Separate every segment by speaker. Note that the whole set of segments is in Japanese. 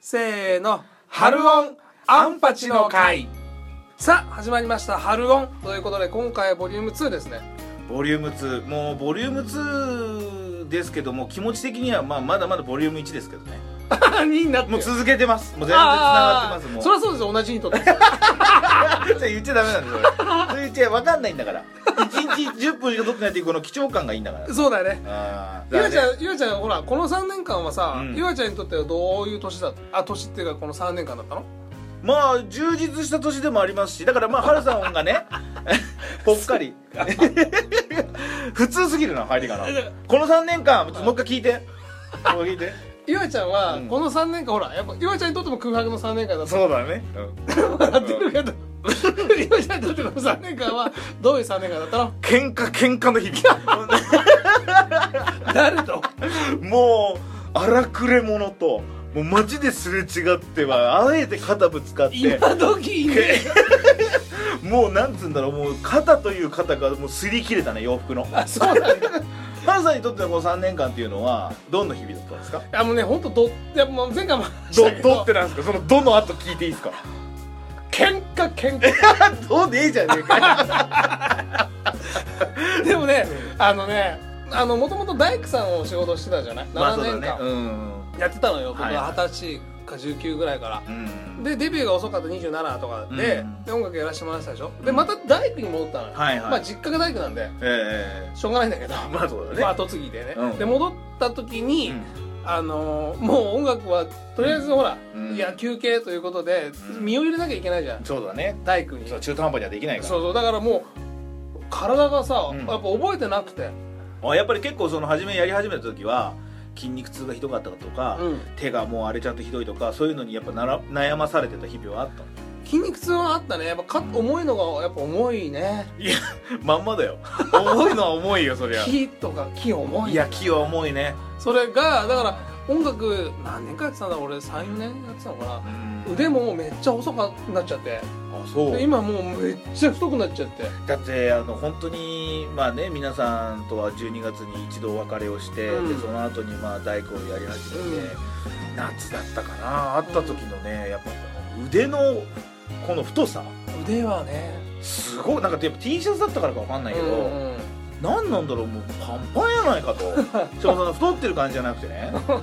Speaker 1: せーの春音アンパチの会さあ始まりました春音ということで今回はボリューム2ですね
Speaker 2: ボリューム2もうボリューム2ですけども気持ち的にはまあまだまだボリューム1ですけどね
Speaker 1: 2になって
Speaker 2: もう続けてますもう全然つなが
Speaker 1: あ
Speaker 2: って
Speaker 1: ー
Speaker 2: ます
Speaker 1: そり
Speaker 2: もう
Speaker 1: ゃそうですよ同じにとって
Speaker 2: それ言っちゃダメなんですよ俺それ言っちゃ分かんないんだから1日10分しか撮ってないっていうこの貴重感がいいんだから
Speaker 1: そうだよね
Speaker 2: あー
Speaker 1: ゆ
Speaker 2: だから
Speaker 1: う
Speaker 2: ね
Speaker 1: ちゃん、ゆうちゃん、ほら、この3年間はさ、
Speaker 2: うん
Speaker 1: ゆうちゃんにとってはどういう年だあ、年っていうか、この3年間だったの
Speaker 2: まあ充実した年でもありますしだからまあ春さん がねぽっかり普通すぎるな入りかなこの3年間もう一回聞いて もう一回聞いて
Speaker 1: ゆうちゃんは、
Speaker 2: うん
Speaker 1: この3年間、ほら、やっぱ、ゆうちゃんにとっても空白の3年間だった
Speaker 2: そうだね、
Speaker 1: 笑ってるけど、 ゆうちゃんにとっての3年間は、どういう3年間だったの
Speaker 2: 喧嘩喧嘩の日 々
Speaker 1: 誰と
Speaker 2: もう荒くれ者ともう街ですれ違ってはあえて肩ぶつかって
Speaker 1: 今時いねえよ
Speaker 2: もうなんつうんだろうもう肩という肩がもう擦り切れたね洋服の
Speaker 1: あそうなんだ
Speaker 2: ハルさんにとってのこの3年間っていうのはどんな日々だったんですか
Speaker 1: あのね本当どいやもう前回も話し
Speaker 2: ど
Speaker 1: たけど
Speaker 2: どってなんですかその「ど」の後聞いていいですか
Speaker 1: 喧嘩喧嘩
Speaker 2: どうでいいじゃねえか
Speaker 1: でもねあのねあのもともと大工さんを仕事してたじゃない
Speaker 2: ま
Speaker 1: 7
Speaker 2: あそう
Speaker 1: 年
Speaker 2: だ
Speaker 1: 間
Speaker 2: ねうん
Speaker 1: やってたのよ僕
Speaker 2: はいは
Speaker 1: はい二十歳か19ぐらいから
Speaker 2: うん
Speaker 1: でデビューが遅かった27とかで,、
Speaker 2: うん
Speaker 1: で音楽やらせてもらってたでしょでまた大工に戻ったのよ、
Speaker 2: はいはい
Speaker 1: まあ実家が大工なんで
Speaker 2: え
Speaker 1: しょうがないんだけど、
Speaker 2: えまあそうだ ね
Speaker 1: まあ、後継ぎでね、
Speaker 2: うん
Speaker 1: で戻った時に、
Speaker 2: うん
Speaker 1: あのーもう音楽はとりあえずほら、
Speaker 2: うん
Speaker 1: いや休憩ということで、
Speaker 2: うん
Speaker 1: 身を入れなきゃいけないじゃん
Speaker 2: そうだね
Speaker 1: 大工に
Speaker 2: そ
Speaker 1: そうう
Speaker 2: 中途半端にはできないから
Speaker 1: そうだからもう体がさ、
Speaker 2: うん
Speaker 1: やっぱ覚えてなくて、
Speaker 2: あやっぱり結構その初めやり始めた時は筋肉痛がひどかったとか、
Speaker 1: うん
Speaker 2: 手がもう荒れちゃってひどいとかそういうのにやっぱなら悩まされてた日々はあったの
Speaker 1: 筋肉痛はあったねやっぱか重いのがやっぱ重いね
Speaker 2: まんま だよ重いのは重いよそりゃ
Speaker 1: 木とか木重い
Speaker 2: いや気は重いね
Speaker 1: それがだから音楽何年かやってたんだろう俺34年やってたのかな腕ももうめっちゃ細くなっちゃって
Speaker 2: あそ
Speaker 1: で
Speaker 2: う
Speaker 1: 今もうめっちゃ太くなっちゃって
Speaker 2: だってあの本当にまあね皆さんとは12月に一度お別れをして、
Speaker 1: うん
Speaker 2: でその後にまあ大工をやり始めて、夏だったかな会った時のねやっぱこの腕のこの太さ
Speaker 1: 腕はね
Speaker 2: すごいなんかやっぱ T シャツだったからかわかんないけど、
Speaker 1: うんうん
Speaker 2: なんなんだろうもうパンパンやないか としかもその太ってる感じじゃなくてねなんかもう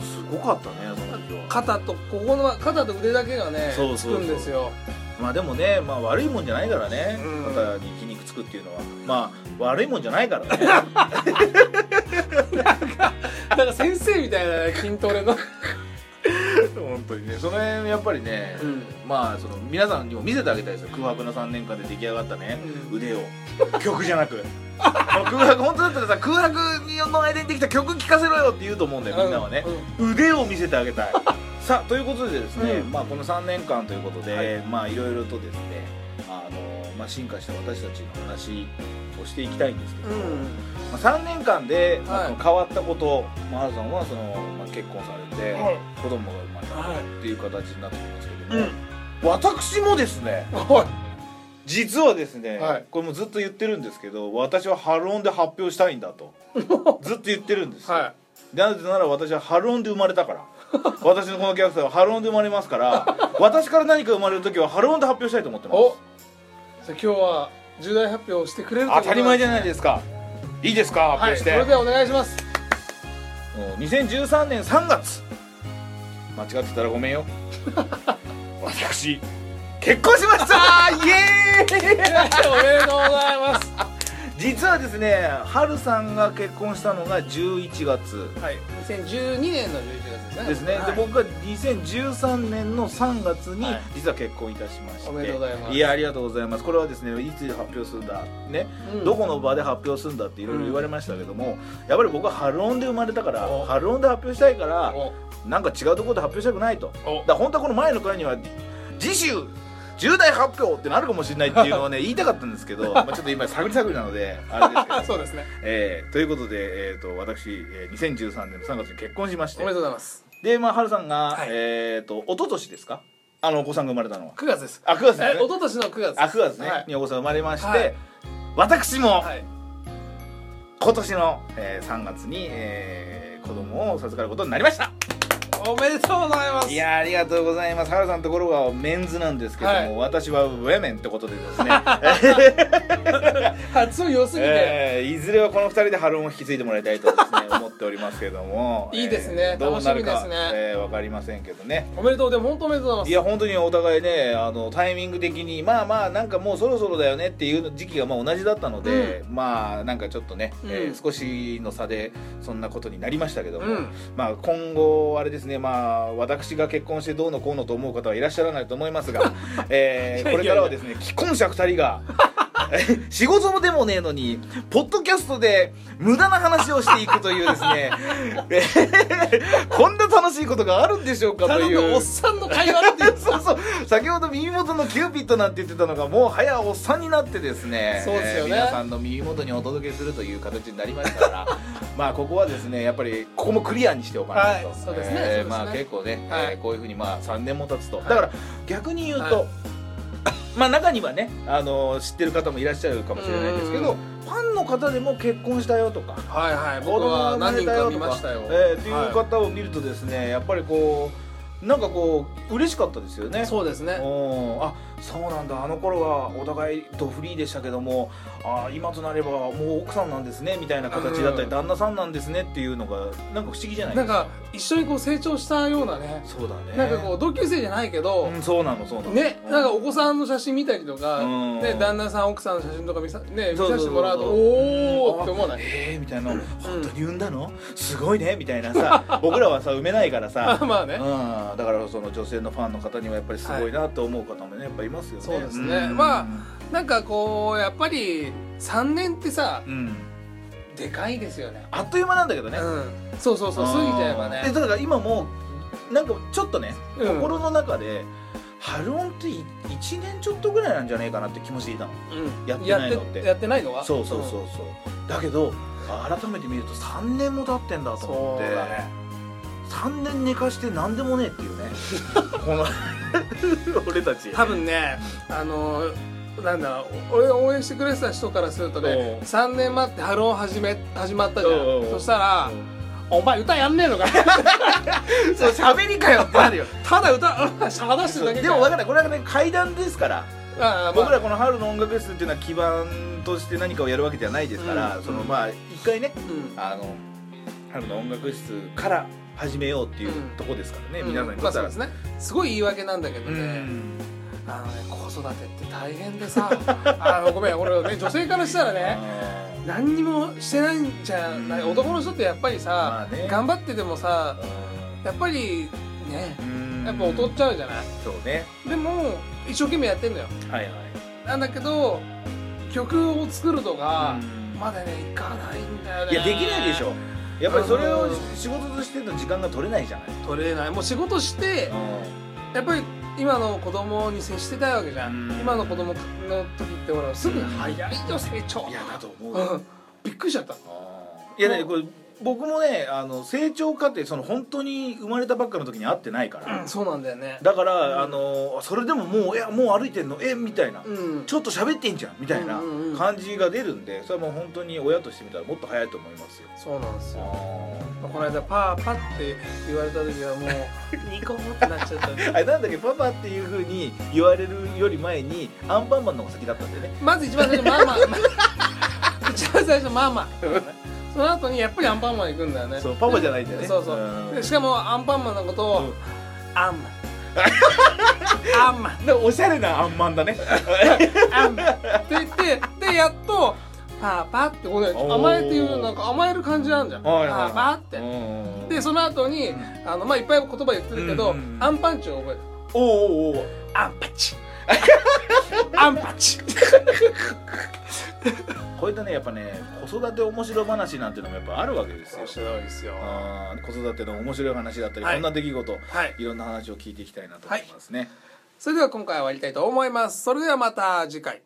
Speaker 2: すごかったねその時 は
Speaker 1: 肩とここの肩と腕だけがね
Speaker 2: そうそうそう
Speaker 1: つくんですよ
Speaker 2: まあでもね、まあ、悪いもんじゃないからね、
Speaker 1: うん
Speaker 2: 肩に筋肉つくっていうのはまあ悪いもんじゃないからね
Speaker 1: なんか先生みたいなね筋トレの、
Speaker 2: 本当にねその辺やっぱりね、
Speaker 1: うん
Speaker 2: まあその皆さんにも見せてあげたいですよ空白の3年間で出来上がったね、腕を曲じゃ なくこの空白本当だったらさ空白の間にできた曲聴かせろよって言うと思うんだよみんなはね、
Speaker 1: うん
Speaker 2: 腕を見せてあ げたいさあということでですね、
Speaker 1: うん
Speaker 2: まあ、この3年間ということで、
Speaker 1: はい
Speaker 2: まあいろいろとですねあの、まあ、進化した私たちの話をしていきたいんですけど、
Speaker 1: うん
Speaker 2: まあ、3年間で、まあ
Speaker 1: はい
Speaker 2: その変わったこと、まあ、はるさんはその、まあ、結婚されて、
Speaker 1: はい
Speaker 2: 子供が生まれた
Speaker 1: はい
Speaker 2: っていう形になってきますけど
Speaker 1: う
Speaker 2: も、私もですね
Speaker 1: おい
Speaker 2: 実はですね、
Speaker 1: はい
Speaker 2: これもずっと言ってるんですけど私はハロンで発表したいんだ とずっと言ってるんですよ、
Speaker 1: は
Speaker 2: なぜなら私はハロンで生まれたから私のこのキャラクターはハロンで生まれますから私から何か生まれる時はハロンで発表したいと思って
Speaker 1: い
Speaker 2: ます
Speaker 1: おじゃあ今日は重大発表をしてくれる
Speaker 2: 当たり前じゃない
Speaker 1: す
Speaker 2: ですかいいです
Speaker 1: は
Speaker 2: か発表
Speaker 1: い
Speaker 2: し
Speaker 1: そ
Speaker 2: て、
Speaker 1: れではお願いします
Speaker 2: うん2013年3月間違ってたらごめんよ 私結婚しましたイエーイ
Speaker 1: おめでとうございます
Speaker 2: 実はですねハルさんが結婚したのが11月
Speaker 1: はい2012年の11月ですね
Speaker 2: ですね、
Speaker 1: はい
Speaker 2: で僕が2013年の3月に
Speaker 1: はい
Speaker 2: 実は結婚いたしまして、
Speaker 1: おめでとうございます
Speaker 2: やありがとうございますこれはですねいつ発表するんだね、
Speaker 1: うん
Speaker 2: どこの場で発表するんだっていろいろ言われましたけども、やっぱり僕はハロンで生まれたから
Speaker 1: お
Speaker 2: ハロンで発表したいから
Speaker 1: お
Speaker 2: なんか違うところで発表したくないとだか
Speaker 1: お
Speaker 2: ら本当はこの前の回には次週重大発表ってなるかもしれないっていう のはね言いたかったんですけど、まあ、ちょっと今探り探りなのであれですけ ど
Speaker 1: あそうですね
Speaker 2: えーということで、えー、と私、えー2013年の3月に結婚しまし
Speaker 1: お
Speaker 2: て
Speaker 1: めでとうございます
Speaker 2: でまあ春さんが、
Speaker 1: はい
Speaker 2: えっ、と一昨年ですかあのお子さんが生まれたのは
Speaker 1: 9月です
Speaker 2: あ9月ね
Speaker 1: え一昨年の9月です
Speaker 2: あ9月ね、
Speaker 1: はい
Speaker 2: にお子さん生まれまして、
Speaker 1: はい
Speaker 2: 私も
Speaker 1: はい
Speaker 2: 今年の、えー3月に、えー子供を授かることになりました
Speaker 1: おおめでとうございます
Speaker 2: いやーありがとうございます。原さんのところはメンズなんですけども、
Speaker 1: はい
Speaker 2: 私はウェメンってことでです ね、
Speaker 1: 発音良すぎて、
Speaker 2: えーいずれはこの二人で春音を引き継いでもらいたいとです ね思っておりますけども、
Speaker 1: いいですね
Speaker 2: えーどうなる
Speaker 1: 楽
Speaker 2: か
Speaker 1: しみで
Speaker 2: わ、
Speaker 1: すね
Speaker 2: えーわかりませんけどね。
Speaker 1: おめでとうでも本当おめでとうござ
Speaker 2: い
Speaker 1: いま
Speaker 2: や本当にお互いねあのタイミング的にまあまあなんかもうそろそろだよねっていう時期がまあ同じだったので、まあなんかちょっとね、えー
Speaker 1: うん
Speaker 2: 少しの差でそんなことになりましたけども、
Speaker 1: うん
Speaker 2: まあ今後あれですねまあ私が結婚してどうのこうのと思う方はいらっしゃらないと思いま すが、えーこれからはですね既婚者2人が仕事もでもねえのにポッドキャストで無駄な話をしていくというで すねえーこんな楽しいことがあるんでしょうか
Speaker 1: す
Speaker 2: と
Speaker 1: 頼
Speaker 2: いう
Speaker 1: むおっさんの会話っていう
Speaker 2: そうそう先ほど耳元のキューピッドなんて言ってたのがもう早おっさんになってですね
Speaker 1: そうですよね
Speaker 2: えー皆さんの耳元にお届けするという形になりましたから まあここはですねやっぱりここもクリアにしておかないと、
Speaker 1: はいそうですね
Speaker 2: えー
Speaker 1: そうですね
Speaker 2: まあ結構ね、
Speaker 1: はい
Speaker 2: えーこういうふうにまあ3年も経つと、
Speaker 1: い
Speaker 2: だから逆に言うと、
Speaker 1: はい
Speaker 2: まあ中にはね、あのー知ってる方もいらっしゃるかもしれないですけど
Speaker 1: うん
Speaker 2: ファンの方でも結婚したよとか
Speaker 1: はいはい僕は何人か見ましたよ
Speaker 2: えーっていう
Speaker 1: は
Speaker 2: 方を見るとですね、やっぱりこうなんかこう嬉しかったですよね。
Speaker 1: いそうですね
Speaker 2: おーあそうなんだあの頃はお互いドフリーでしたけどもあー今となればもう奥さんなんですねみたいな形だったり、
Speaker 1: うん
Speaker 2: 旦那さんなんですねっていうのがなんか不思議じゃない
Speaker 1: な
Speaker 2: で
Speaker 1: ん
Speaker 2: すか
Speaker 1: か一緒にこう成長したようなね
Speaker 2: そうだね
Speaker 1: なんかこう同級生じゃないけど、
Speaker 2: うん、そうなのそうなの
Speaker 1: ね、なんか
Speaker 2: う
Speaker 1: お子さんの写真見たりとか、
Speaker 2: うん
Speaker 1: ね、旦那さん奥さんの写真とか見さ,、ね、見
Speaker 2: そうそ
Speaker 1: さ
Speaker 2: う
Speaker 1: せて
Speaker 2: そう
Speaker 1: もらうと
Speaker 2: うん
Speaker 1: おおって思わない
Speaker 2: えーみたいな、本当に産んだのすごいねみたいなさ僕らはさ産めないからさ
Speaker 1: あ まあね、
Speaker 2: うん、だからその女性のファンの方にはやっぱりすごいなと思う方もねやっぱいますよね。
Speaker 1: そうですね
Speaker 2: ん
Speaker 1: まあなんかこうやっぱり3年ってさ
Speaker 2: うん、
Speaker 1: でかいですよね
Speaker 2: あっという間なんだけどね。
Speaker 1: うんそうそうそう過ぎちゃえば
Speaker 2: で
Speaker 1: ね
Speaker 2: だから今もうなんかちょっとね、
Speaker 1: うん
Speaker 2: 心の中で春音ってい一年ちょっとぐらいなんじゃないかなって気持ちでいたの。
Speaker 1: うん
Speaker 2: やってないのって
Speaker 1: やってないのは
Speaker 2: そうそうそうそう。だけど改めて見ると三年も経ってんだ
Speaker 1: ん
Speaker 2: と思
Speaker 1: そ
Speaker 2: っ
Speaker 1: う
Speaker 2: て。
Speaker 1: だね
Speaker 2: 3年寝かして何でもねえっていうね この 俺たち
Speaker 1: 多分ねあのなんだろう俺が応援してくれてた人からするとね
Speaker 2: うん
Speaker 1: 3年待ってハロー始め始まったじゃ
Speaker 2: うんうん
Speaker 1: んそしたら
Speaker 2: うん
Speaker 1: 「お前歌やんねえのか
Speaker 2: そう喋りかよってなるよ
Speaker 1: ただ歌 話してるだけ
Speaker 2: でも
Speaker 1: か
Speaker 2: だからこれはね階段ですから
Speaker 1: ら
Speaker 2: 僕らこの春の音楽フェスっていうのは基盤として何かをやるわけじゃないですから、
Speaker 1: うん
Speaker 2: そのまあ一回ね
Speaker 1: うん
Speaker 2: あの春の音楽室から始めようっていうとこですからね、皆さんに
Speaker 1: まあ
Speaker 2: とった
Speaker 1: そう
Speaker 2: ら、
Speaker 1: ですねすごい言い訳なんだけど
Speaker 2: う
Speaker 1: ね
Speaker 2: ん
Speaker 1: あのね子育てって大変でさ あのごめん俺ね女性からしたらね
Speaker 2: あー
Speaker 1: 何にもしてないんじゃない
Speaker 2: うん
Speaker 1: 男の人ってやっぱり
Speaker 2: ま
Speaker 1: さ
Speaker 2: あね
Speaker 1: 頑張っててもさやっぱりね
Speaker 2: うん
Speaker 1: やっぱ劣っちゃうじゃない
Speaker 2: そうね
Speaker 1: でも一生懸命やってんのよ
Speaker 2: はいはい
Speaker 1: なんだけど曲を作るとか
Speaker 2: うん
Speaker 1: まだねいかないんだよね
Speaker 2: いやできないでしょやっぱりそれを仕事としての時間が取れないじゃない、
Speaker 1: 取れないもう仕事してやっぱり今の子供に接してたいわけじゃん、
Speaker 2: うん
Speaker 1: 今の子供の時ってほらすぐ早いよ成長
Speaker 2: いやだと思うよ、
Speaker 1: うんびっくりしちゃった
Speaker 2: いやねこれ僕もねあの成長過程その本当に生まれたばっかの時に会ってないから、
Speaker 1: そうなんだよね
Speaker 2: だから、あのそれでももういやもう歩いてんのえみたいな、
Speaker 1: うん
Speaker 2: ちょっと喋ってんじゃんみたいな
Speaker 1: うんうんうん
Speaker 2: 感じが出るんでそれはもう本当に親としてみたらもっと早いと思いますよ。
Speaker 1: そうなんですよまあこの間パーパって言われた時は もうニコンってなっちゃったんで
Speaker 2: あれなんだっけパパっていう風に言われるより前にアンパンマンの方が先だったんだよね。
Speaker 1: まず一番最初ママ 一番最初ママその後にやっぱりアンパンマン行くんだよね
Speaker 2: そうパパじゃないんだよね
Speaker 1: そうそう
Speaker 2: うん
Speaker 1: でしかもアンパンマンのことを、
Speaker 2: うん
Speaker 1: アンマンアンマン
Speaker 2: なんかおしゃれなアンマンだね。
Speaker 1: あんって言ってでやっとパーパーってこれ
Speaker 2: おー
Speaker 1: 甘えていうなんか甘える感じなんじゃんパ
Speaker 2: はいはい
Speaker 1: ーパーって
Speaker 2: うん
Speaker 1: でその後に
Speaker 2: うん
Speaker 1: あのまあいっぱい言葉言ってるけど
Speaker 2: うんうんうん
Speaker 1: アンパンチを覚えた
Speaker 2: おうおうおう
Speaker 1: アンパチ アンパチ
Speaker 2: こういったねやっぱね子育て面白話なんてのもやっぱあるわけですよ
Speaker 1: 面白いですよ
Speaker 2: あー子育ての面白い話だったり、
Speaker 1: はい
Speaker 2: こんな出来事
Speaker 1: はい
Speaker 2: いろんな話を聞いていきたいなと思いますね、
Speaker 1: それでは今回は終わりたいと思いますそれではまた次回